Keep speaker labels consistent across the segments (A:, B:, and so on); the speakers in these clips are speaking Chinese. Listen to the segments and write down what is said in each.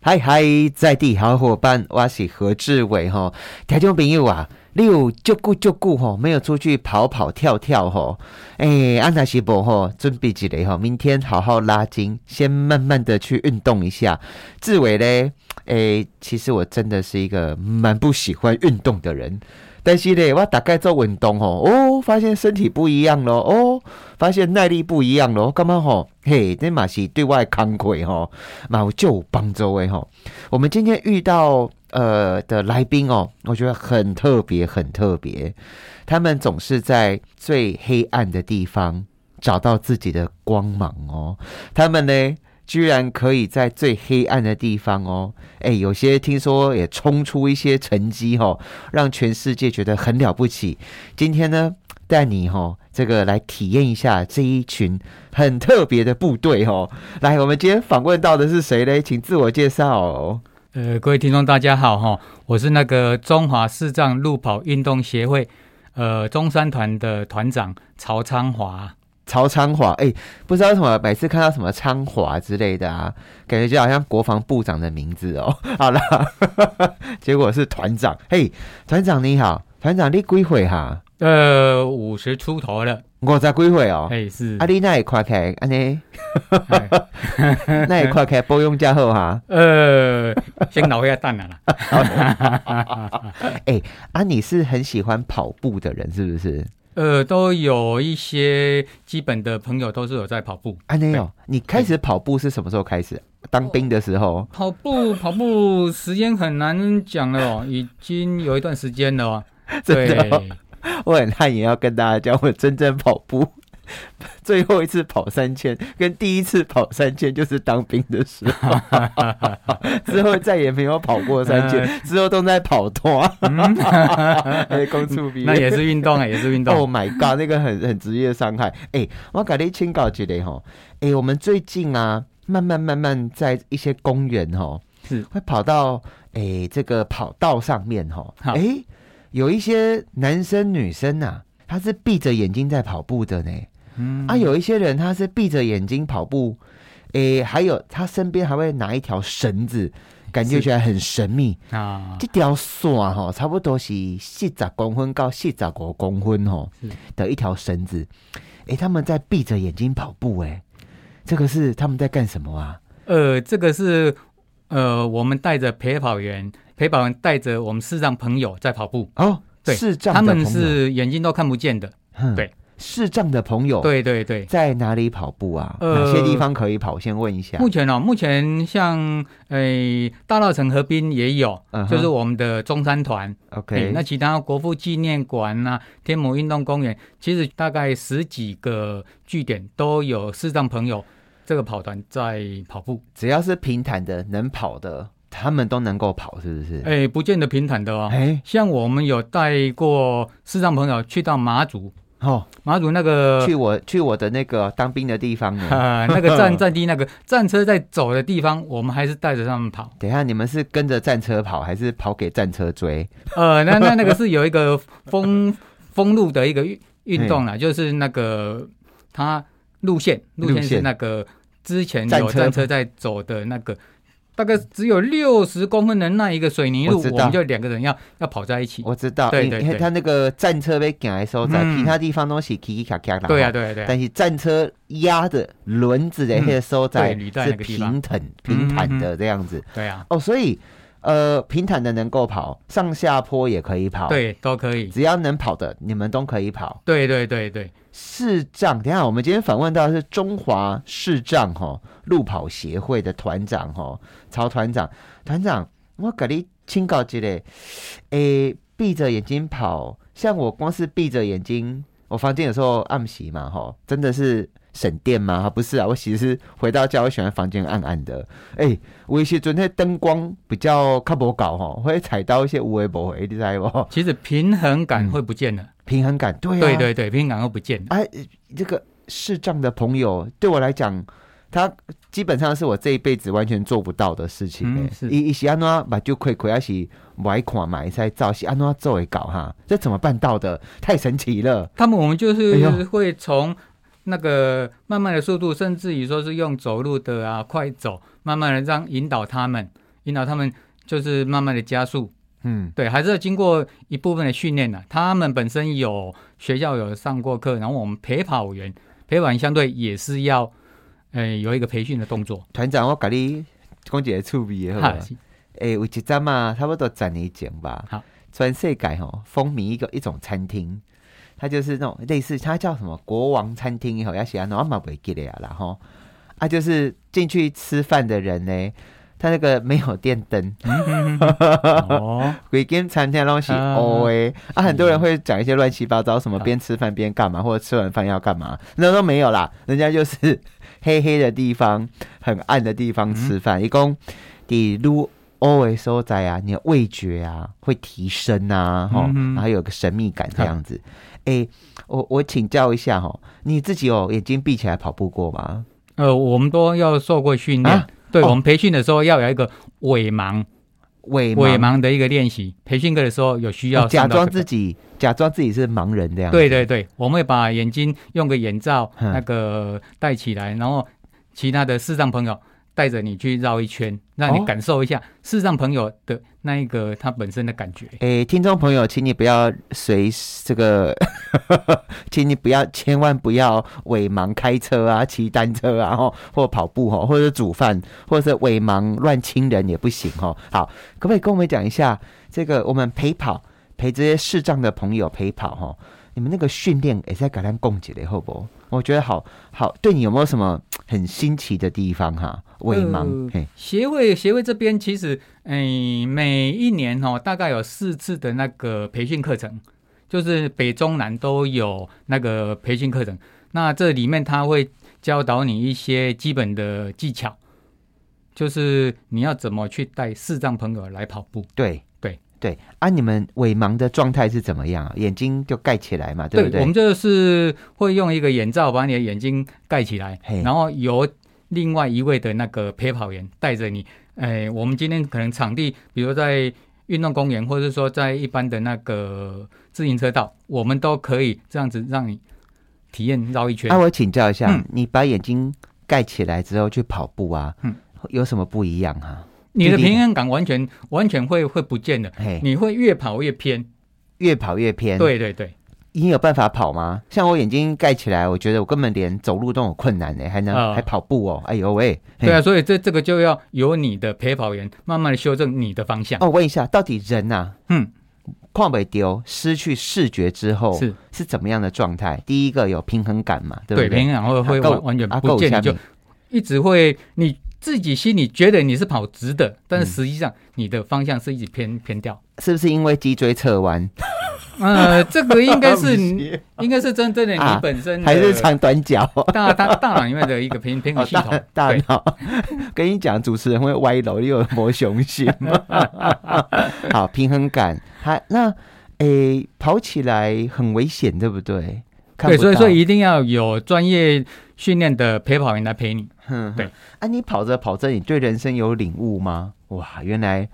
A: 嗨嗨，在地好伙伴，我是何志伟哈。听众朋友啊，你有足久足久吼，没有出去跑跑跳跳吼。哎，安达西伯吼，准备一下吼，明天好好拉筋，先慢慢的去运动一下。志伟嘞，哎，其实我真的是一个蛮不喜欢运动的人。但是嘞，我大概做运动吼，哦，发现身体不一样咯，哦，发现耐力不一样咯，干嘛吼？嘿，这嘛是对外慷慨吼，嘛有就帮助的吼。我们今天遇到呃的来宾哦，我觉得很特别，很特别。他们总是在最黑暗的地方找到自己的光芒哦。他们呢，居然可以在最黑暗的地方哦，哎，有些听说也冲出一些成绩哦，让全世界觉得很了不起。今天呢，带你哦，这个来体验一下这一群很特别的部队哦。来，我们今天访问到的是谁嘞？请自我介绍、哦。
B: 呃，各位听众大家好哈，我是那个中华视障路跑运动协会呃中山团的团长曹昌华。
A: 曹昌华，哎、不知道为什么每次看到什么昌华之类的啊，感觉就好像国防部长的名字哦。 好啦，结果是团长。嘿，团长你好，团长你几岁哈、
B: 呃，五十出头了，
A: 五十几岁哦。
B: 哎、是，
A: 啊，你那会看起来安尼，
B: 哎
A: 那会看起来保养较好哈、啊。
B: 呃，先老一下蛋了啦。
A: 啊，你是很喜欢跑步的人是不是？
B: 呃，都有一些基本的朋友都是有在跑步，
A: 安尼哦，你开始跑步是什么时候开始？当兵的时候。
B: 跑步跑步时间很难讲了 哦，已经有一段时间了哦。
A: 真的
B: 对
A: 哦，我很汗也要跟大家讲，我真正跑步 最后一次跑三千，跟第一次跑三千就是当兵的时候，之后再也没有跑过三千，之后都在跑拖，哎，公处比
B: 嗯 那也是运动啊，也是运动。
A: Oh my god，那个很很职业伤害。哎、我改你请教一个吼，哎、我们最近啊，慢慢慢慢在一些公园吼，
B: 是
A: 会跑到哎、这个跑道上面吼，
B: 好
A: 哎、有一些男生女生啊，他是闭着眼睛在跑步的呢，
B: 嗯
A: 啊，有一些人他是闭着眼睛跑步，哎、还有他身边还会拿一条绳子。感觉
B: 是
A: 起来很神秘，
B: 啊，
A: 这条线吼，差不多是四十公分到四十五公分吼，
B: 是
A: 的一条绳子。诶，他们在闭着眼睛跑步、诶，这个是他们在干什么啊？
B: 呃，这个是呃，我们带着陪跑员，陪跑员带着我们视障朋友在跑步，
A: 哦，
B: 对
A: 视障的
B: 他
A: 朋友
B: 们是眼睛都看不见的。
A: 哼
B: 对
A: 视障的朋友
B: 对对对，
A: 在哪里跑步啊？
B: 呃
A: 哪些地方可以跑？先问一下。
B: 目前哦，目前像诶、大稻城河滨也有，
A: 嗯哼
B: 就是我们的中山团，诶
A: OK，
B: 哎那其他国父纪念馆啊、天母运动公园，其实大概十几个据点都有视障朋友这个跑团在跑步。
A: 只要是平坦的、能跑的，他们都能够跑，是不是？
B: 诶、哎不见得平坦的哦。
A: 哎、
B: 像我们有带过视障朋友去到马祖，
A: 哦，
B: 马祖那个
A: 去我去我的那个当兵的地方呢。
B: 啊，那 个站站地那个战车在走的地方，我们还是带着他们跑。
A: 等一下，你们是跟着战车跑，还是跑给战车追？
B: 呃，那那那个是有一个封封路的一个运运动啦，就是那个它路线路
A: 路
B: 线
A: 线
B: 是那个之前
A: 战
B: 有
A: 车
B: 战车在走的那个。大概只有六十公分的那一个水泥路，
A: 我知
B: 我
A: 道
B: 们就两个人要要跑在一起。
A: 我知道，
B: 对
A: 因
B: 对
A: 因为
B: 对
A: 他那个战车被赶来收在，
B: 嗯
A: 其他地方都是起起卡卡啦。
B: 对啊，对啊，对啊，
A: 但是战车压的轮子的那个收窄
B: 嗯对履带
A: 是
B: 那个地方嗯
A: 平坦、平坦的这样子
B: 对啊，
A: 哦，所以呃，平坦的能够跑，上下坡也可以跑，，
B: 对，都可以。
A: 只要能跑的你们都可以跑。
B: 对对对对，
A: 视障，等一下我们今天访问到的是中华视障哈、哦、路跑协会的团长哈、哦、曹团长，团长，我给你请教一个，诶，闭着眼睛跑，像我光是闭着眼睛，我房间有时候暗洗嘛哈、吼真的是省电吗？啊不是啊，我其实是回到家我喜欢房间暗暗的，诶，我有时阵那灯光比较较无搞吼，会踩到一些无微不微，你知无？
B: 其实平衡感会不见了。
A: 平衡感，嗯对啊，
B: 对对对，平衡感会不见了。
A: 啊，呃这个视障的朋友对我来讲，他基本上是我这一辈子完全做不到的事情、
B: 嗯
A: 欸。
B: 是
A: 一一些安诺把就亏亏，还是买款买在造是安诺做一搞哈，这怎么办到的？太神奇了！
B: 他们我们就
A: 哎
B: 是
A: 呦
B: 会从那个慢慢的速度，甚至于说是用走路的啊，快走，慢慢的让引导他们，引导他们就是慢慢的加速。
A: 嗯
B: 对，还是要经过一部分的训练呢、啊他们本身有学校有上过课，然后我们陪跑员，陪跑员相对也是要，呃，有一个培训的 动作。
A: 团长，我甲你讲一个趣味的好
B: 哈
A: 无？诶、有一阵啊，差不多十年前吧
B: 好，
A: 全世界吼、风靡一个一种餐厅，它就是那种类似它叫什么国王餐厅也好，要写安嘛袂记得啊啦吼，啊就是进去吃饭的人呢，他那个没有电灯，
B: 嗯嗯嗯嗯哦，
A: 鬼间餐厅拢是黑诶，啊，很
B: 嗯
A: 多人会讲一些乱七八糟，
B: 啊
A: 什么边吃饭边干嘛，或者吃完饭要干嘛，那都没有啦，人家就是 黑黑的地方，很暗的地方
B: 嗯
A: 吃饭，一共你撸欧诶所在啊，你的味觉啊会提升啊，吼，
B: 嗯哼啊
A: 然后有个神秘感这样子。诶、我我请教一下吼，你自己哦有眼睛闭起来跑步过吗？
B: 呃，我们都要受过训练，
A: 啊
B: 对、
A: 哦
B: 我们培训的时候要有一个伪盲
A: 伪
B: 伪
A: 盲，
B: 盲的一个练习，培训课的时候有需要
A: 哦假
B: 上到
A: 装
B: 这个
A: 自己假装自己是盲人这样子。
B: 对对对，我们会把眼睛用个眼罩
A: 嗯
B: 那个戴起来，然后其他的视障朋友带着你去绕一圈，让
A: 哦
B: 你感受一下视障朋友的那一个他本身的感觉。
A: 诶，听众朋友，请你不要随这个， 请你不要，千万不要伪盲开车啊，骑单车啊，吼，或跑步吼，或者煮饭，或者是伪盲乱亲人也不行吼。好，可不可以跟我们讲一下这个我们陪跑陪这些视障的朋友陪跑吼，你们那个训练也在改善供给的后不？我觉得好好，对你有没有什么很新奇的地方哈、伪盲，
B: 呃
A: 嘿，
B: 协会协会这边其实，诶、每一年哦，大概有四次的那个培训课程，就是北中南都有那个培训课程。那这里面他会教导你一些基本的技巧，就是你要怎么去带视障朋友来跑步。
A: 对。
B: 对
A: 对啊，你们伪盲的状态是怎么样啊？眼睛就盖起来嘛，对不对？
B: 我们就是会用一个眼罩把你的眼睛盖起来
A: 嘿，
B: 然后由另外一位的那个陪跑员带着你。哎，我们今天可能场地，比如在运动公园，或者说在一般的那个自行车道，我们都可以这样子让你体验绕一圈。
A: 啊，我请教一下，
B: 嗯
A: 你把眼睛盖起来之后去跑步啊，
B: 嗯
A: 有什么不一样啊？
B: 你的
A: 距离
B: 平衡感完全完全会会不见的，
A: 嘿，
B: 你会越跑越偏。
A: 越跑越偏。，
B: 对对对，
A: 你有办法跑吗？像我眼睛盖起来，我觉得我根本连走路都有困难呢、还能、
B: 啊
A: 还跑步哦？哎呦喂！嘿
B: 对啊，所以这这个就要由你的陪跑员慢慢的修正你的方向。
A: 哦，我问一下，到底人呐、啊，
B: 嗯，
A: 矿北丢失去视觉之后
B: 是
A: 是怎么样的状态？第一个有平衡感嘛，哦对不
B: 对，
A: 对？
B: 平衡感会会
A: 啊够
B: 完完全
A: 啊，
B: 不
A: 够
B: 见，
A: 下
B: 你就
A: 面
B: 一直会你自己心里觉得你是跑直的，但
A: 嗯
B: 是实际上你的方向是一直偏偏掉。
A: 是不是因为脊椎侧弯，
B: 呃，这个应 该是
A: 不是
B: 应该是针对的
A: 啊
B: 你本身的
A: 还是长短脚？
B: 大大大脑里面的一个 平平衡
A: 哦，
B: 系
A: 大
B: 统。
A: 大
B: 对，
A: 脑， 跟你讲，主持人会歪楼，你有摸雄心。 好，平衡感，还那诶、跑起来很危险，对不对？看
B: 对，
A: 不
B: 所以
A: 到
B: 说一定要有专业训练的陪跑员来陪你。
A: 哼哼
B: 对
A: 啊，你跑着跑着，你对人生有领悟吗？哇，原来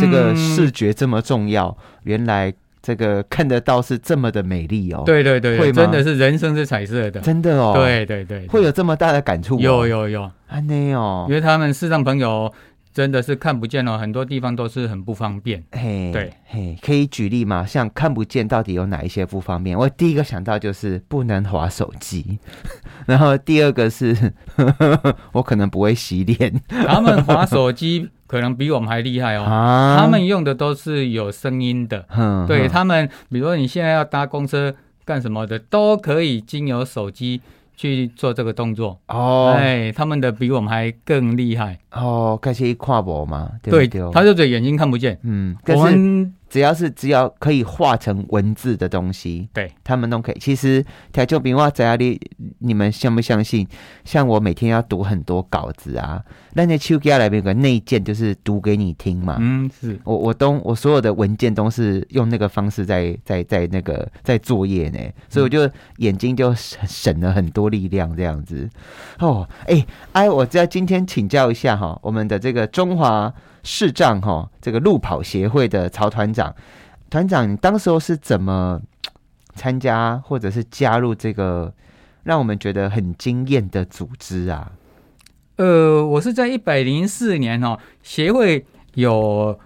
A: 这个
B: 嗯
A: 视觉这么重要，原来这个看得到是这么的美丽哦。，
B: 对对对，
A: 会
B: 对
A: 吗
B: 真的是人生是彩色的。
A: 真的哦。，
B: 对对对，
A: 会有这么大的感触、哦。
B: 有有有，
A: 啊，那哦
B: 因，为他们视障朋友真的是看不见了，很多地方都是很不方便。
A: 嘿，
B: 对，
A: 嘿，可以举例吗？像看不见到底有哪一些不方便？我第一个想到就是不能划手机， 然后第二个是 我可能不会洗脸
B: 他们滑手机可能比我们还厉害哦。
A: 啊，嗯
B: 他们用的都是有声音的，
A: 哼哼
B: 对他们，比如说你现在要搭公车干什么的，都可以经由手机去做这个动作。
A: 哦
B: 哎，他们的比我们还更厉害。
A: 哦，感谢跨博嘛，对不对？
B: 他就只眼睛看不见。
A: 嗯，但
B: 我
A: 是
B: 们
A: 只要是只要可以化成文字的东西，
B: 对
A: 他们都可以。其实台球平啊话在哪里？你们相不相信？像我每天要读很多稿子啊，那那手机来面有个内建，就是读给你听嘛。
B: 嗯是
A: 我我都我所有的文件都是用那个方式在在在那个在作业呢，所以
B: 嗯
A: 我就眼睛就省省了很多力量这样子。哦，哎、哎，我在今天请教一下哈，我们的这个中华视障哈这个路跑协会的曹团长，团长，你当时候是怎么参加或者是加入这个让我们觉得很惊艳的组织啊？
B: 呃，我是在一百零四年哦，协会有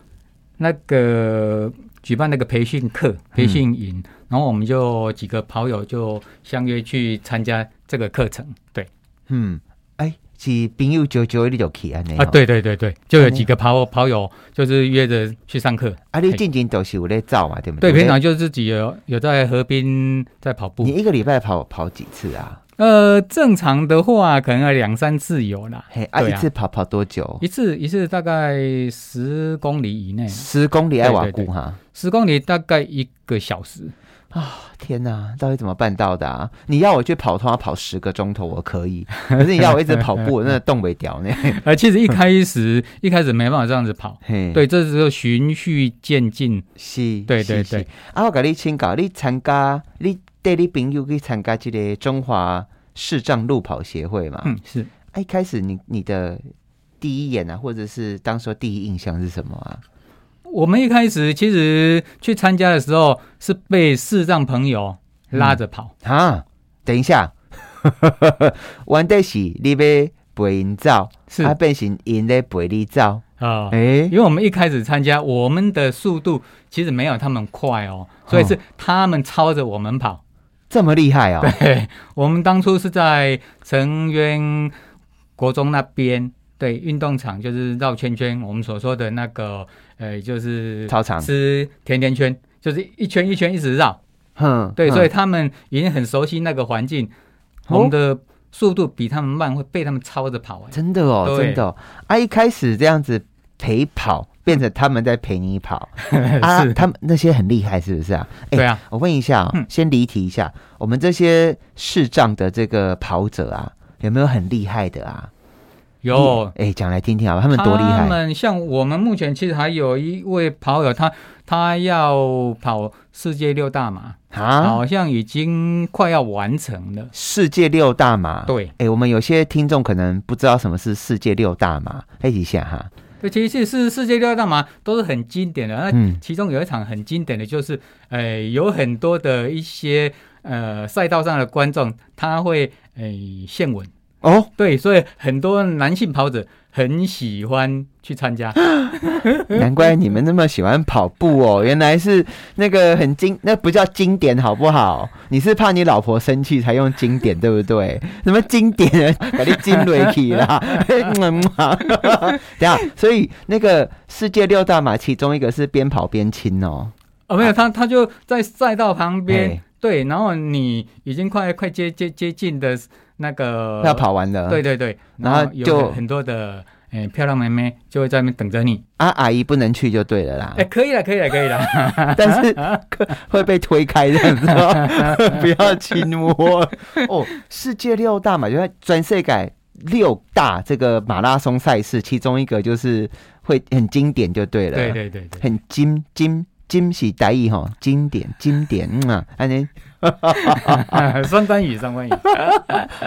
B: 那个举办那个培训课、培训营，
A: 嗯
B: 然后我们就几个跑友就相约去参加这个课程。对
A: 嗯，哎，是朋友招招你就去安尼哦
B: 啊，，对对对对，就有
A: 安尼
B: 几个跑跑友就是约着去上课。
A: 啊，你进前都是有咧走嘛，对不
B: 对，
A: 对
B: 平常就自己有有在河边在跑
A: 你
B: 步。
A: 一个礼拜跑跑几次啊？
B: 呃，正常的话可能要两三次有啦，
A: 嘿，啊，
B: 对
A: 一
B: 啊
A: 次跑跑多久？
B: 一次一次大概十公里以内，
A: 十公里爱瓦
B: 对对
A: 固
B: 对
A: 哈。
B: 十公里大概一个 小时。
A: 天哪，到底怎么办到的啊？你要我去跑通话跑十个钟头，我可以；可是你要我一直跑 步，那动不掉呢。
B: 呃，其实一开始一开始没办法这样子跑，
A: 嘿，
B: 对，这时候循序渐进，
A: 是，
B: 对对
A: 是是
B: 对
A: 啊，我甲你请教，你参加，你带你朋友去参加这个中华视障路跑协会嘛？
B: 嗯，是。
A: 啊，一开始你你的第一眼啊，或者是当时候第一印象是什么啊？
B: 我们一开始其实去参加的时候是被视障朋友拉着跑，
A: 啊，等一下， 玩的是你要陪因走，
B: 是
A: 啊，
B: 啊、
A: 变成因咧陪你走，
B: 呃
A: 诶、
B: 因为我们一开始参加，我们的速度其实没有他们快哦，所以是他们超着我们跑。
A: 这么厉害哦！
B: 对，我们当初是在成渊国中那边，对，运动场就是绕圈圈，我们所说的那个，呃，就是
A: 操场，
B: 吃甜甜圈，就是一圈一圈一直绕。
A: 哼，
B: 对，
A: 哼
B: 所以他们已经很熟悉那个环境，
A: 哦
B: 我们的速度比他们慢，会被他们超着跑、哎，
A: 真的哦，
B: 对嗯
A: 真的、哦、啊！一开始这样子陪跑，变成他们在陪你跑 啊，
B: 哎是，
A: 他们那些很厉害，是不是啊？哎
B: 对啊，
A: 我问一下、哦
B: 嗯，
A: 先离题一下，我们这些视障的这个跑者啊，有没有很厉害的啊？
B: 有。
A: 哎，讲来听听好吧，他们多厉
B: 他
A: 害？
B: 们像我们目前其实还有一位跑友，他他要跑世界六大马，
A: 啊，
B: 好像已经快要完成了。
A: 世界六大马。
B: 对，
A: 哎、我们有些听众可能不知道什么是世界六大马，哎，一下哈，
B: 对，其实是世界六大马都是很经典的。那
A: 嗯，
B: 其中有一场很经典的就是，呃，有很多的一些呃赛道上的观众，他会呃献吻，
A: 哦，
B: 对，所以很多男性跑者很喜欢去参加，
A: 难怪你们那么喜欢跑步 哦，原来是那个很经，那不叫经典好不好？你是怕你老婆生气才用经典对不 对？什么经典，把你惊雷起啦！ 嗯啊等一下，所以那个世界六大马其中一个是边跑边亲哦，
B: 哦，没有，他他就在赛道旁边
A: 哎，
B: 对，然后你已经快快接接接近的那个
A: 要，跑完了，
B: 对对对，
A: 然
B: 然
A: 后
B: 后有
A: 就
B: 很很多的。哎，漂亮妹妹就会在那边等着你。
A: 啊，阿姨不能去就啊对了啦。
B: 哎，可以了，可以了，可以了。
A: 但是可会被推开这样子 哦，不要亲我哦。世界六大嘛，就是专世界六大这个马拉松赛事，其中一个就是会很经典，就 对了，
B: 对对对对，
A: 很经经经是台语哈，经典经典嗯啊，安 尼啊
B: 双关 语，双关语。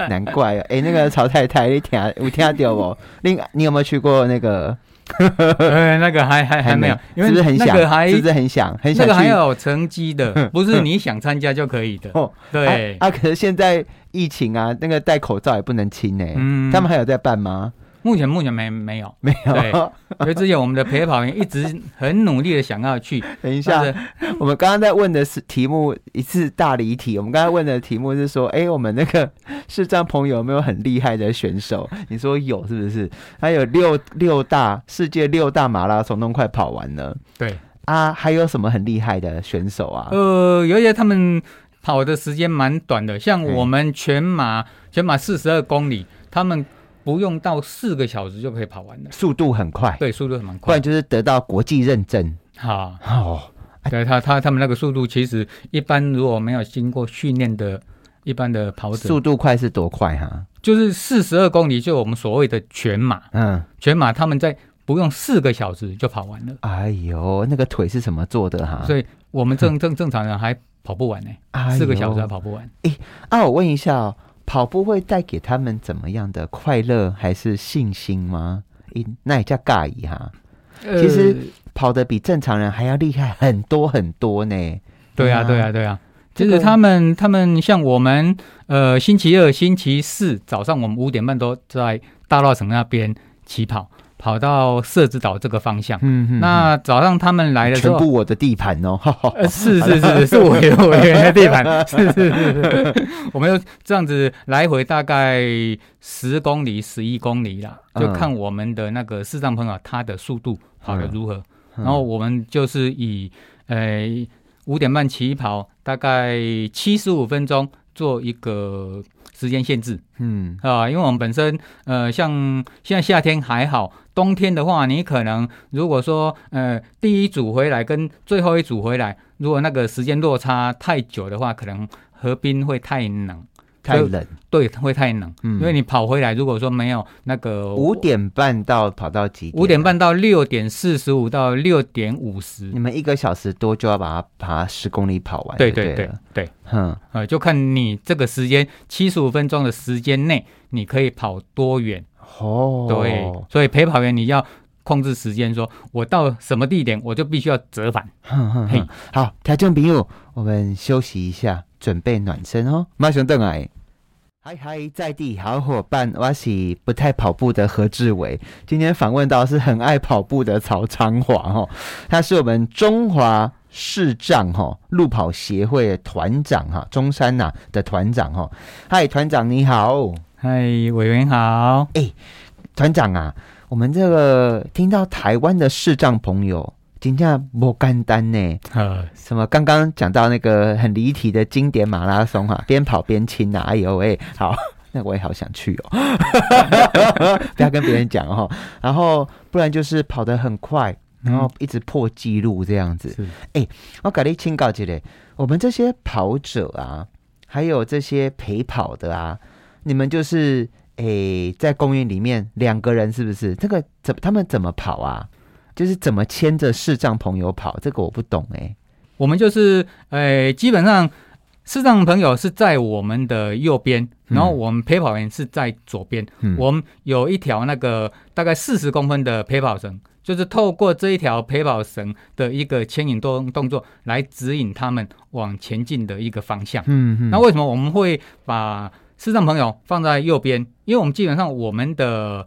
A: 难怪哎、诶那个曹太太你听有听到不？你你有没有去过那个？
B: 呃，那个还还还没有，因为
A: 是不是很
B: 那
A: 想？
B: 个还
A: 是不是很想？很
B: 那
A: 想
B: 个还
A: 去嗯
B: 要有成绩的，不是你想参加就可以的。
A: 哦
B: 对，
A: 啊啊！可是现在疫情啊，那个戴口罩也不能亲哎、
B: 嗯
A: 他们还有在办吗？
B: 目前目前没没有，
A: 没
B: 对
A: 有。
B: 因为之前我们的陪跑员一直很努力的想要去，
A: 等 一
B: 但
A: 下，
B: 是
A: 我们刚刚在问的是题目，一次大离题。我们刚才问的题目是说，哎、我们那个 视障朋友有没有很厉害的选手？你说有，是不是？还有六六大世界六大马拉松都快跑完了
B: 对，
A: 啊，还有什么很厉害的选手啊？
B: 呃，有一些他们跑的时间蛮短的，像我们全马全马四十二公里，他们不用到四个小时就可以跑完了，
A: 速度很快，
B: 对，速度蛮
A: 不
B: 快
A: 然。就是得到国际认证
B: 好，
A: 哦。
B: 对他他他们那个速度，其实一般如果没有经过训练的，一般的跑者
A: 速度快是多快啊哈、
B: 就是四十二公里，就我们所谓的全马，
A: 嗯，
B: 全马他们在不用四个小时就跑完了，
A: 哎呦，那个腿是什么做的哈、
B: 所以我们正正正常人还跑不完呢、
A: 啊哎
B: 四个小时还
A: 呦
B: 跑不完。
A: 啊，我问一下哦，跑步会带给他们怎么样的快乐还是信心吗？咦，那也叫尬意哈，其实跑得比正常人还要厉害很多很多呢。
B: 对
A: 嗯
B: 啊，
A: 啊
B: 对啊，对啊。
A: 这
B: 其
A: 个
B: 实他们他们像我们呃星期二、星期四早上我们五点半都在大稻城那边起跑，跑到社子岛这个方向。
A: 嗯
B: 那早上他们来的时
A: 全
B: 候，
A: 部我的地盘 哦，哈哈
B: 呃，是是是，是我原我原来地盘，是是是是，我们就这样子来回大概十公里、十一公里啦，就
A: 嗯
B: 看我们的那个视障朋友他的速度跑得
A: 嗯
B: 如何。然后我们就是以呃五点半起跑，大概七十五分钟做一个时间限制
A: 嗯
B: 啊、因为我们本身呃像现在夏天还好，冬天的话你可能如果说呃第一组回来跟最后一组回来，如果那个时间落差太久的话，可能河滨会太冷，
A: 太冷，
B: 对，会太冷，
A: 嗯
B: 因为你跑回来如果说没有那个
A: 五点半到跑到几点？啊
B: 五点，半到六点四十五到六点五十
A: 你。们一个小时多就要把它爬十公里跑完，
B: 对
A: 对
B: 对对
A: 了
B: 对，
A: 哼，
B: 呃，就看你这个时间七十五分钟的时间内，你可以跑多远。
A: 哦，
B: 对，所以陪跑员你要控制时间说，我到什么地点我就必须要折返。
A: 哼哼
B: 嘿
A: 哼，好，台中朋友，我们休息一下，准备暖身哦，马上邓来。嗨嗨，在地好伙伴，我是不太跑步的何志伟。今天访问到是很爱跑步的曹昌华哦，他是我们中华视障哈、哦、路跑协会的团长哈、中山呐、的团长哈、哦。嗨，团长你好，
B: 嗨，委员好。
A: 团长啊，我们这个听到台湾的视障朋友，真正不简单呢。
B: 呃，
A: 什么？刚刚讲到那个很离题的经典马拉松啊，边跑边亲啊，哎呦喂，好， 那我也好想去哦， 不要跟别人讲哦。然后不然就是跑得很快，
B: 嗯
A: 然后一直破纪录这样子。
B: 是
A: 我搞你请教一下，我们这些跑者啊，还有这些陪跑的啊，你们就是诶、在公园里面两个人是不是？这个怎他们怎么跑啊？就是怎么牵着视障朋友跑？这个我不懂哎、
B: 我们就是呃，基本上视障朋友是在我们的右边，然后
A: 嗯
B: 我们陪跑员是在左边。
A: 嗯
B: 我们有一条那个大概四十公分的陪跑绳，就是透过这一条陪跑绳的一个牵引动动作来指引他们往前进的一个方向。
A: 嗯嗯
B: 那为什么我们会把视障朋友放在右边？因为我们基本上我们的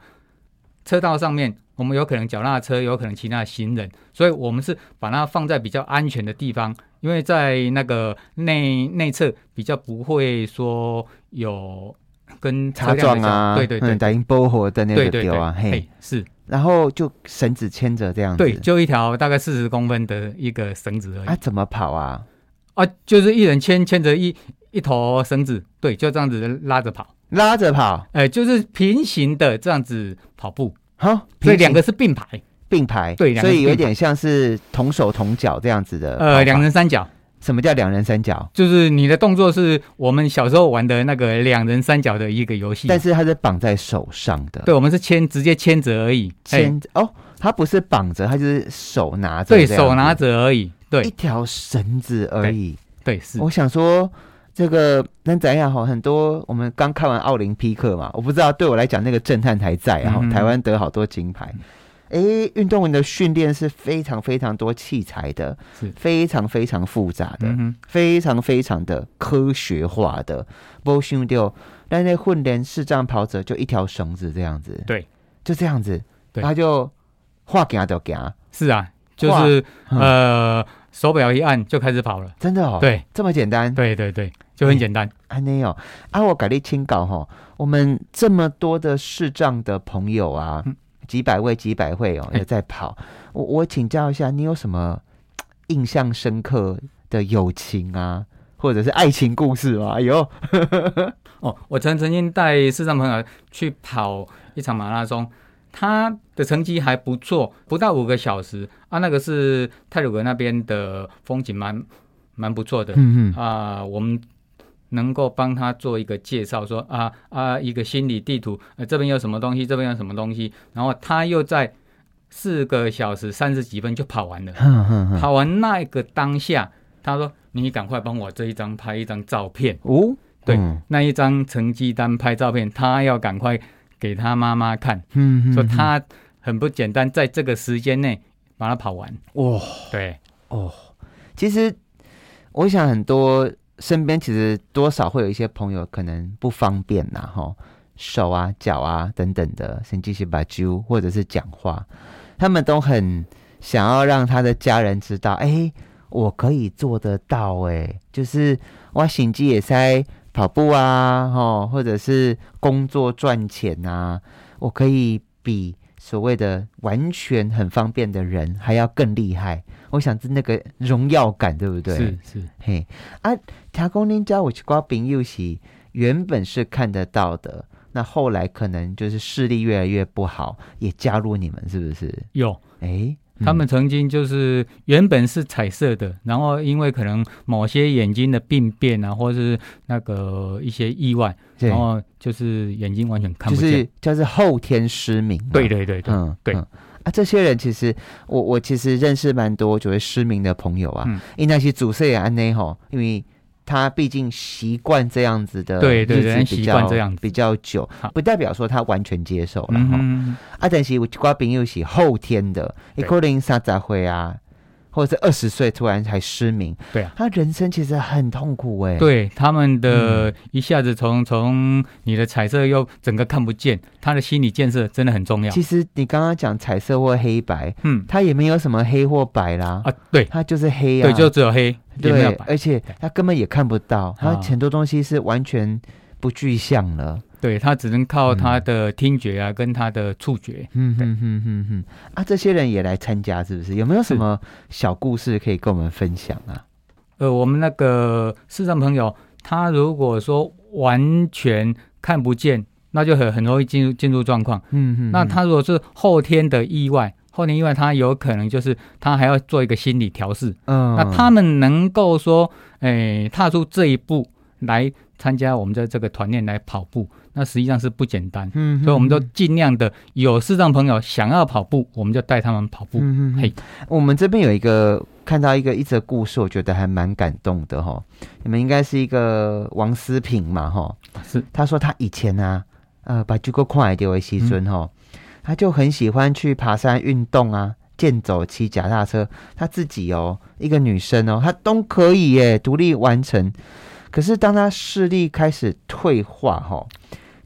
B: 车道上面，我们有可能脚踏车，有可能其他的行人，所以我们是把它放在比较安全的地方，因为在那个内内侧比较不会说有跟车
A: 擦
B: 辆的
A: 撞
B: 交
A: 啊，
B: 对对对
A: 嗯，打赢波火的那
B: 对
A: 个
B: 对
A: 丢
B: 对
A: 啊，嘿，
B: 嘿，是
A: 然后就绳子牵着这样子，
B: 对，就一条大概四十公分的一个绳子而已
A: 啊，怎么跑啊？
B: 啊就是一人牵牵着一一头绳子，对，就这样子拉着跑，
A: 拉着跑，
B: 哎、就是平行的这样子跑步，
A: 好，
B: 所以
A: 平行
B: 两个是并排，
A: 并排，
B: 对两个
A: 所
B: 是
A: 以有
B: 并排
A: 点像是同手同脚这样子的跑法，
B: 呃，两人三角，
A: 什么叫两人三角？
B: 就是你的动作是我们小时候玩的那个两人三角的一个游戏，
A: 但是它是绑在手上的，
B: 对，我们是牵直接牵着而已，哎
A: 牵哦，它不是绑着，它就是手拿着这
B: 对
A: 样子，
B: 手拿着而已，
A: 一
B: 对
A: 条绳子而已。
B: 对是，
A: 我想说，这个那怎样哈？很多我们刚看完奥林匹克嘛，我不知道对我来讲那个震撼还在啊，
B: 嗯
A: 台湾得好多金牌。诶，运动员的训练是非常非常多器材的
B: 是，
A: 非常非常复杂的，
B: 嗯哼，
A: 非常非常的科学化的。不想到，但那混连视障跑者就一条绳子这样子，
B: 对，
A: 就这样子，
B: 对
A: 他就画给他就给
B: 是啊，就是
A: 嗯
B: 呃手表一按就开始跑了，
A: 真的哦，，
B: 对
A: 这么简单，
B: 对对对，就很简单，
A: 安内哦，啊，我改立清稿吼，我们这么多的视障的朋友啊，
B: 嗯
A: 几百位、几百位哦，
B: 嘿
A: 也在跑。我我请教一下，你有什么嘖印象深刻的友情啊，或者是爱情故事吗？哎呦，
B: 哦，我曾曾经带视障朋友去跑一场马拉松，他的成绩还不错，不到五个小时啊。那个是泰鲁阁那边的风景蛮蛮不错的
A: 嗯
B: 啊、我们能够帮他做一个介绍，说啊啊，一个心理地图，呃，这边有什么东西，这边有什么东西，然后他又在四个小时三十几分就跑完了。
A: 哼哼哼，
B: 跑完那个当下，他说：“你赶快帮我这一张拍一张照片。”
A: 哦，
B: 对
A: 嗯
B: 那一张成绩单拍照片，他要赶快给他妈妈看，
A: 嗯
B: 说
A: 嗯
B: 他很不简单，在这个时间内把它跑完。
A: 哇，
B: 对，
A: 嗯其实我想很多身边其实多少会有一些朋友可能不方便呐，哈。手啊、脚啊等等的，甚至是把揪或者是讲话，他们都很想要让他的家人知道，哎、我可以做得到、哎，就是我行迹也在跑步啊，吼，或者是工作赚钱啊，我可以比所谓的完全很方便的人还要更厉害。我想是那个荣耀感，对不对？
B: 是是，
A: 嘿啊，条公恁家有一寡朋友是原本是看得到的，那后来可能就是视力越来越不好，也加入你们，是不是？
B: 有。
A: 哎、嗯
B: 他们曾经就是原本是彩色的，然后因为可能某些眼睛的病变啊，或是那个一些意外，
A: 对
B: 然后就是眼睛完全哦看
A: 就
B: 不见。
A: 是就是后天失明嘛，
B: 对对对对，
A: 嗯，嗯啊，这些人其实我我其实认识蛮多就会失明的朋友啊，
B: 嗯
A: 因那些主事也安内吼，因为他毕竟习惯这样子的
B: 对对
A: 日
B: 对
A: 子
B: 他
A: 比
B: 习
A: 较
B: 惯这样子
A: 比较久
B: 好，
A: 不代表说他完全接受了
B: 嗯
A: 哈。
B: 哼，
A: 啊，但是有一寡朋友是后天的，一
B: 对
A: 可能三十岁啊，或者是二十岁突然才失明，
B: 对啊，
A: 他人生其实很痛苦哎、，
B: 对他们
A: 嗯
B: 的一下子从从你的彩色又整个看不见，他的心理建设真的很重要
A: 其。实你刚刚讲彩色或黑白，
B: 嗯
A: 他也没有什么黑或白啦，
B: 啊，对
A: 他就是黑啊，
B: 对，就只有黑，也没
A: 对
B: 有，白。
A: 而且他根本也看不到，他
B: 啊
A: 很多东西是完全不具象了。
B: 对他只能靠他的听觉啊，跟他的触觉。
A: 嗯哼哼哼哼，啊，这些人也来参加，是不是？有没有什
B: 是
A: 么小故事可以跟我们分享啊？
B: 呃，我们那个视障朋友，他如果说完全看不见，那就很很容易进入进入状况。
A: 嗯哼
B: 那他如果是后天的意外，后天意外，他有可能就是他还要做一个心理调试。
A: 嗯
B: 那他们能够说，诶、踏出这一步来参加我们的这个团练来跑步，那实际上是不简单。
A: 嗯哼
B: 所以我们都尽量的有视障朋友想要跑步，我们就带他们跑步。
A: 嗯嗯，
B: 嘿
A: 嘿，我们这边有一个看到一个一则故事，我觉得还蛮感动的哈。你们应该是一个王思平嘛哈，
B: 是
A: 他说他以前啊，呃，把这个快丢为西
B: 嗯
A: 尊哈，他就很喜欢去爬山运动啊，健走、骑脚踏车，他自己哦，一个女生哦，她都可以耶，独立完成。可是当她视力开始退化哈、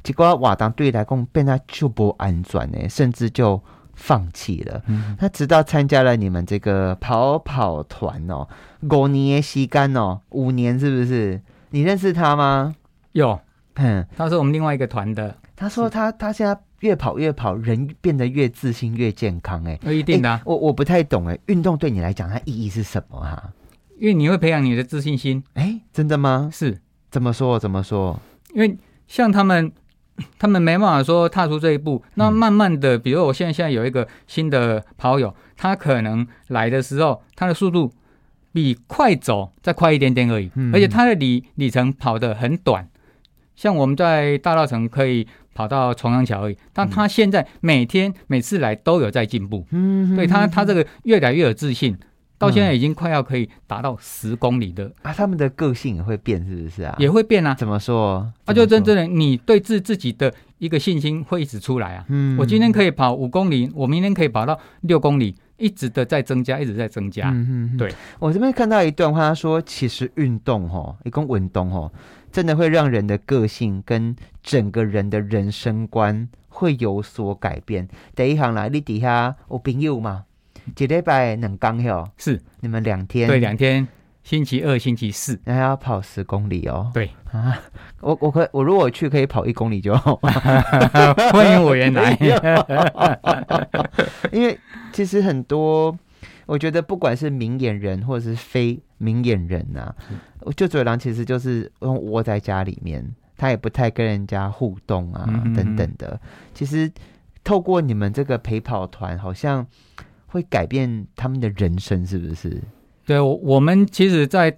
A: 结果瓦当对来讲变他就不安全呢，甚至就放弃了。
B: 嗯，
A: 他直到参加了你们这个跑跑团哦，五年的时间哦，五年是不是？你认识他吗？
B: 有，
A: 嗯，
B: 他是我们另外一个团的，
A: 他说他他现在越跑越跑，人变得越自信越健康哎、
B: 呃一定的啊、
A: 诶我我不太懂哎、运动对你来讲它意义是什么哈、啊？
B: 因为你会培养你的自信心。
A: 哎、真的吗？
B: 是
A: 怎么说？怎么说？
B: 因为像他们，他们没办法说踏出这一步。那
A: 嗯
B: 慢慢的，比如我现在现在有一个新的跑友，他可能来的时候，他的速度比快走再快一点点而已，
A: 嗯
B: 而且他的里里程跑得很短。像我们在大稻城可以跑到重阳桥而已，但他现在每天每次来都有在进步，
A: 嗯，
B: 所以他他这
A: 个
B: 个越来越有自信，到现在已经快要可以达到十公里的，
A: 啊，他们的个性也会变是不是啊？
B: 也会变嗯啊。
A: 怎么说？
B: 啊，就真
A: 真
B: 正的你对自自己的一个信心会一直出来啊。
A: 嗯
B: 我今天可以跑五公里，我明天可以跑到六公里，一直的在增加，一直在增加。
A: 嗯嗯，
B: 对。
A: 我这边看到一段话，他说其实运动吼，一共运动吼，真的会让人的个性跟整个人的人生观会有所改变。第一行啦，你底下有朋友嘛，一礼拜两天哟，
B: 是
A: 你们两天
B: 对，两天，星期二、星期 四，
A: 然后要跑十公里哦。
B: 对
A: 啊，我我可我如果去可以跑一公里就好，
B: 欢迎我原来。
A: 哎因为其实很多，我觉得不管是明眼人或者是非明眼人呐、啊，就嘴狼其实就是窝在家里面，他也不太跟人家互动啊、
B: 嗯嗯嗯
A: 等等的。其实透过你们这个陪跑团，好像会改变他们的人生，是不是？
B: 对，我我们其实，在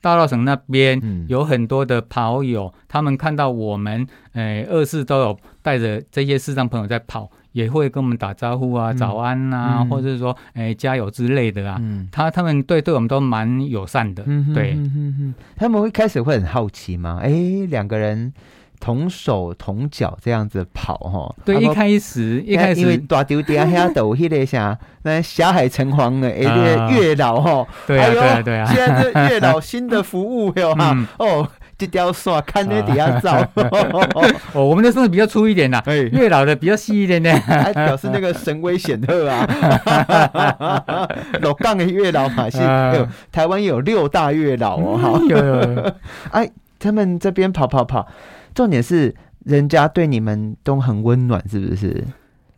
B: 大稻城那边
A: 嗯，
B: 有很多的跑友，他们看到我们，呃，二四都有带着这些视障朋友在跑，也会跟我们打招呼啊，
A: 嗯
B: 早安啊，
A: 嗯
B: 或者是说，哎、加油之类的啊。
A: 嗯。
B: 他他们对对我们都蛮友善的，
A: 嗯哼
B: 对
A: 哼哼哼他们会开始会很好奇吗？哎，两个人同手同脚这样子跑哈，
B: 对，
A: 啊
B: 一
A: 不
B: 开始一
A: 因为
B: 开
A: 因为
B: 始，
A: 大丢丢遐抖迄个啥，那霞海城隍的哎，那个
B: 啊
A: 月老吼，
B: 对啊，
A: 哎呦
B: 对啊，对啊，
A: 现在这月老新的服务哟哈
B: 嗯，
A: 哦，这条线看在底 下走，
B: 哦，我们的算是比较粗一点啦，
A: 哎，
B: 月老的比较细一点点。
A: 还表示那个神威显赫 啊，老杠的月老嘛是，
B: 啊嗯
A: 哎呦台湾有六大月老 哦，哈，
B: 有有有，
A: 哎，他们这边跑跑跑，重点是人家对你们都很温暖，是不是？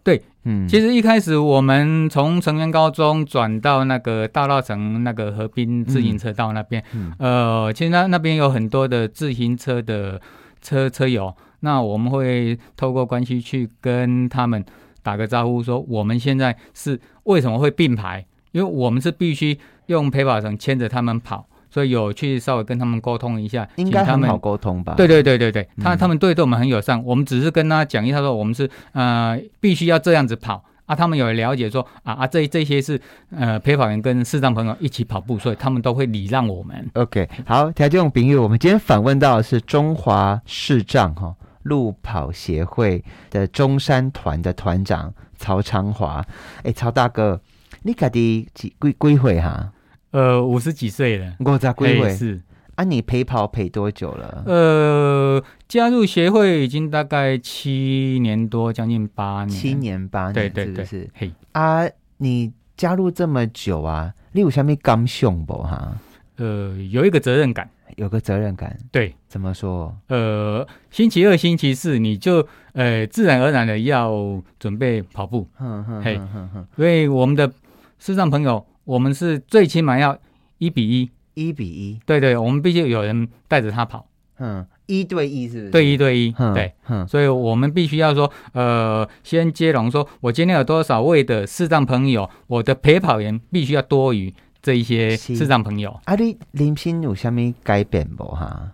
B: 对，
A: 嗯，
B: 其实一开始我们从成员高中转到那个大稻城那个河滨自行车道那边，
A: 嗯
B: 呃，其实那那边有很多的自行车的车车友，那我们会透过关系去跟他们打个招呼，说我们现在是为什么会并排，因为我们是必须用陪跑绳牵着他们跑，所以有去稍微跟他们沟通一下，
A: 应
B: 请
A: 该
B: 他
A: 很
B: 们
A: 好沟通吧？
B: 对对对对对，他
A: 嗯
B: 他们对对我们很友善，我们只是跟他讲一下说我们是呃必须要这样子跑啊，他们有了解说啊啊这这些是呃陪跑员跟视障朋友一起跑步，所以他们都会礼让我们。
A: OK，好，条件朋友，我们今天访问到的是中华视障哈、路跑协会的中山团的团长曹昌华。哎、曹大哥，你家己几几几岁哈、
B: 呃，五十几岁了，
A: 我在几
B: 哎
A: 岁？
B: 是
A: 啊，你陪跑陪多久了？
B: 呃加入协会已经大概七年多，将近八年。
A: 七，年八年，
B: 对对
A: 是
B: 对，
A: 不是？
B: 嘿，
A: 啊，你加入这么久啊，你有什么感想不哈、
B: 呃有一个责任感，
A: 有个责任感，
B: 对，
A: 怎么说？
B: 呃，星期二、星期四你就呃自然而然的要准备跑步，
A: 哼哼
B: 嘿
A: 哼哼哼，
B: 所以我们的视障朋友，我们是最起码要一比一，
A: 一比一，
B: 对对，我们必须有人带着他跑，
A: 嗯，一对一是不是？嗯
B: 对一对一，
A: 哼，
B: 对。
A: 哼，
B: 所以我们必须要说，呃，先接龙说，我今天有多少位的视障朋友，我的陪跑员必须要多于这一些
A: 是
B: 视障朋友。
A: 啊，你人生有啥物改变无哈？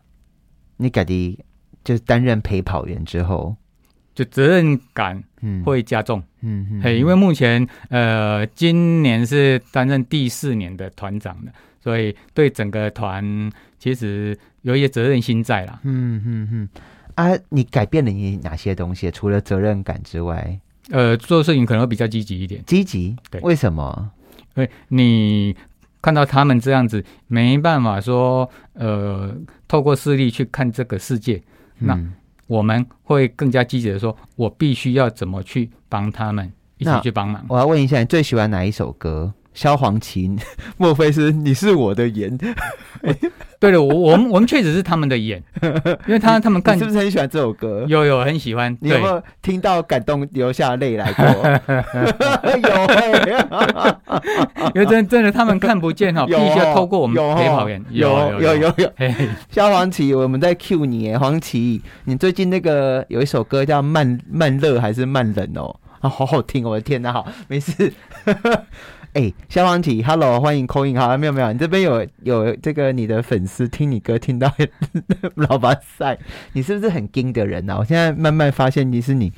A: 你家己就是担任陪跑员之后，
B: 就责任感
A: 嗯，，
B: 会加重，
A: 嗯嗯
B: 嘿，因为目前呃，今年是担任第四年的团长的，所以对整个团其实有一些责任心在啦。
A: 嗯嗯嗯，啊，你改变了你哪些东西？除了责任感之外，
B: 呃，做事情可能会比较积极一点，
A: 积极，
B: 对
A: 为什么？
B: 因为你看到他们这样子，没办法说，呃，透过视力去看这个世界，那
A: 嗯
B: 我们会更加积极的说，我必须要怎么去帮他们，一起
A: 那
B: 去帮忙。
A: 我要问一下，你最喜欢哪一首歌？萧煌奇， 莫非是你是我的眼？
B: 对了，我我们我们确实是他们的 眼，因为他他们
A: 你
B: 看
A: 是不是很喜欢这首歌？
B: 有有很喜欢，
A: 你有
B: 对
A: 没，有听到感动流下泪来 过？ 有欸
B: 因为真真的他们看不见哈，必
A: 有哦，
B: 须要透过我们
A: 有哦
B: 陪跑员，
A: 有
B: 有
A: 有，有有。
B: 嘿，
A: 萧煌奇，我们在 Q 你耶，黄奇，你最近那个有一首歌叫《慢慢热》还是《慢冷》哦？啊，好好听哦！我的天哪，好，没事。 哎、萧煌奇，Hello，欢迎 call in 好，没有没有，你这边有有这个你的粉丝听你歌听到 老巴塞，你是不是很硬的人啊？我现在慢慢发现你是你，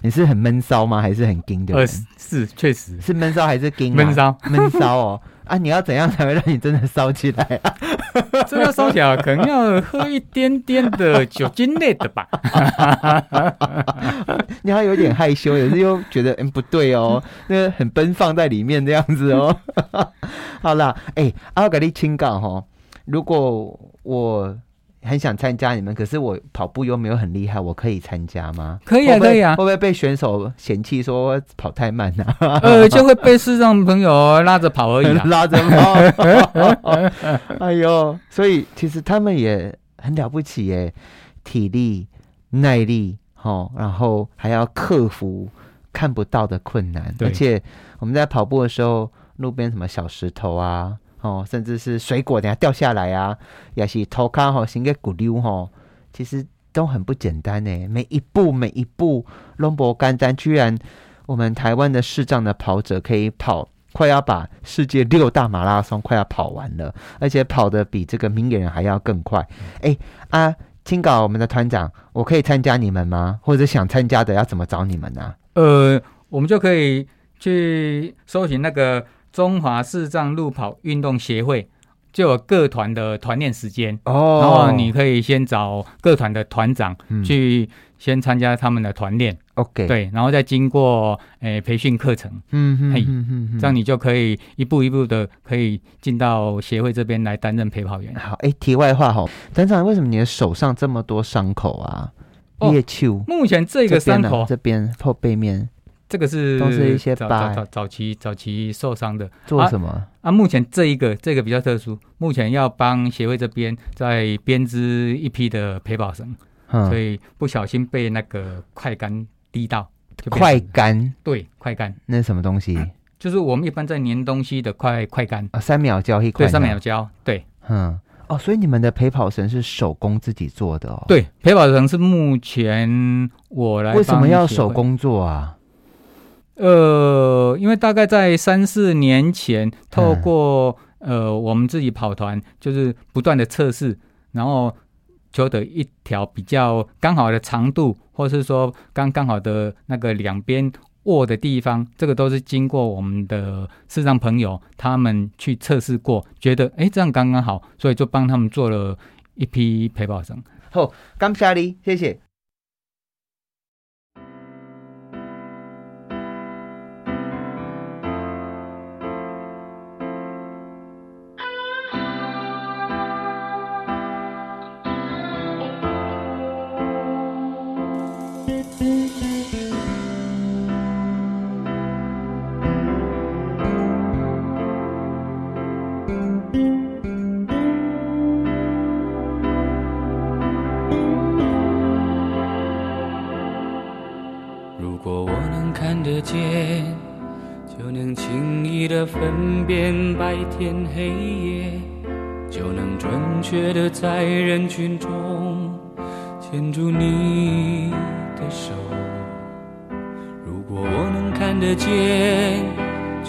A: 你是很闷骚吗？还是很硬的
B: 呃
A: 人？
B: 是是确实
A: 是闷骚还是硬、啊？
B: 闷骚。
A: 闷骚哦！啊，你要怎样才会让你真的烧起来啊？
B: 这个烧起来可能要喝一点点的酒精类的吧。
A: 你要有点害 羞，也是又觉得嗯不对哦，那个很奔放在里面这样子哦。 好啦，哎、阿格力清港哦，如果我很想参加你们，可是我跑步又没有很厉害，我可以参加吗？
B: 可以啊
A: 会不会
B: 可 以啊
A: 会不会被选手嫌弃说跑太慢啊？
B: 呃，啊就会被视障朋友拉着跑 而已啦。
A: 拉着跑， 哎呦！所以其实他们也很了不起耶，体力、耐力，哦，然后还要克服看不到的困难，
B: 对
A: 而且我们在跑步的时候，路边什么小石头啊，哦，甚至是水果等下掉下来啊，也是头卡吼，行个骨溜吼，其实都很不简单呢。每一步每一步，龙博干单，居然我们台湾的视障的跑者可以跑。快要把世界六大马拉松快要跑完了，而且跑得比这个明眼人还要更快。哎、啊，青稿我们的团长，我可以参加你们吗？或者想参加的要怎么找你们呢、
B: 呃，我们就可以去搜寻那个中华视障路跑运动协会，就有各团的团练时间。
A: 哦
B: 然后你可以先找各团的团长
A: 嗯
B: 去先参加他们的团练，
A: ，OK，，
B: 对，然后再经过诶、培训课程，
A: 嗯嗯
B: 嘿
A: 嗯嗯，
B: 这样你就可以一步一步的可以进到协会这边来担任陪跑员。
A: 好，哎，题外话哈，团长，为什么你的手上这么多伤口啊？
B: 哦
A: 裂丘
B: 目前这个伤口，
A: 这边啊这边后背面
B: 这个是
A: 都是一些
B: 早
A: 疤
B: 早早早期早期受伤的
A: 做什么？
B: 啊。目前这一个这个比较特殊，目前要帮协会这边在编织一批的陪跑绳，所
A: 嗯，
B: 以不小心被那个快杆滴到，就变成
A: 快干
B: 对快杆，
A: 那是什么东西
B: 就是我们一般在粘东西的快快杆，
A: 啊？三秒胶一块，
B: 对，上面有，胶，对
A: 嗯，哦，所以你们的陪跑绳是手工自己做的哦？，
B: 对，陪跑绳是目前我来
A: 为什
B: 帮
A: 么要
B: 协会
A: 手工做啊？
B: 呃，因为大概在三四年前，透
A: 嗯
B: 过、呃我们自己跑团，就是不断的测试，然后求得一条比较刚好的长度，或是说刚刚好的那个两边握的地方，这个都是经过我们的视障朋友他们去测试过，觉得哎这样刚刚好，所以就帮他们做了一批陪跑绳。
A: 感谢你，谢谢。
C: 如果我能看得见，就能轻易的分辨白天黑夜，就能准确的在人群中牵住你的手。如果我能看得见，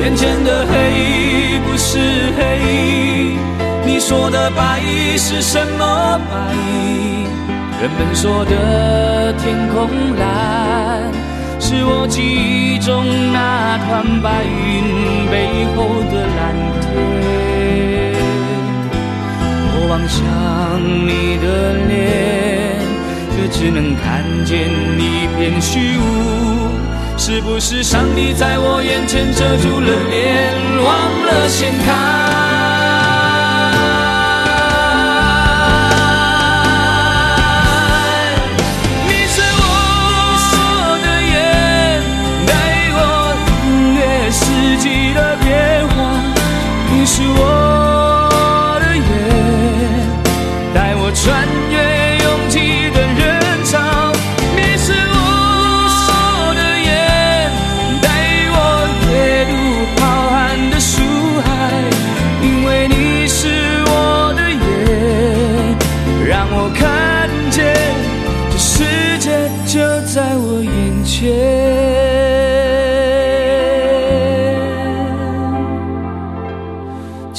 C: 眼前的黑不是黑，你说的白是什么白？人们说的天空蓝，是我记忆中那团白云背后的蓝天。我望向你的脸，却只能看见一片虚无。是不是上帝在我眼前遮住了脸，忘了掀开？你是我的眼，带我领略四季的变化。你是我的眼，带我穿越拥挤的人潮。你是我的眼，带我阅读浩瀚的书海。因为你是我的眼，让我看见这世界就在我眼前。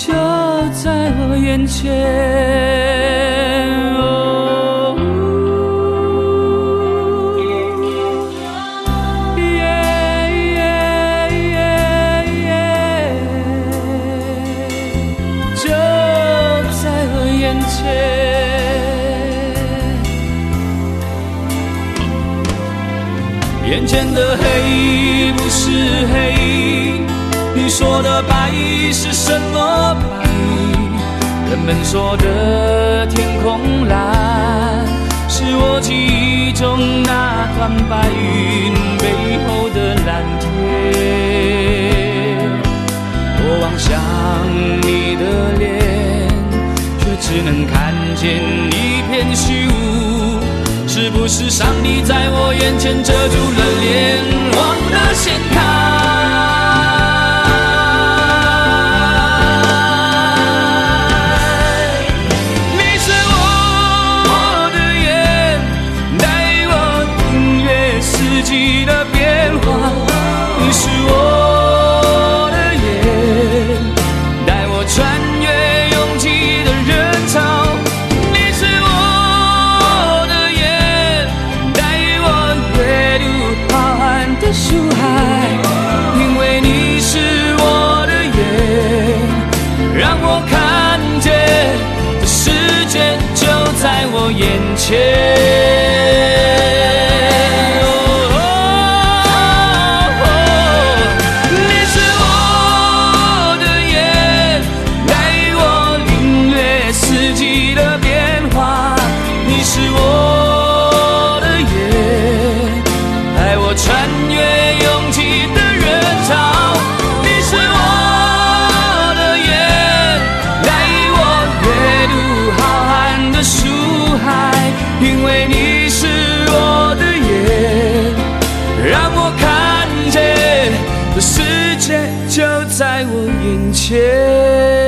C: 哦就在我眼前。哦耶耶耶耶就在我眼前，眼前的黑不是黑，你说的白是什么白？人们说的天空蓝，是我记忆中那团白云背后的蓝天。我望向你的脸，却只能看见一片虚无。是不是上帝在我眼前遮住了脸，忘了掀开？你是我的眼，带我切就在我眼前。哦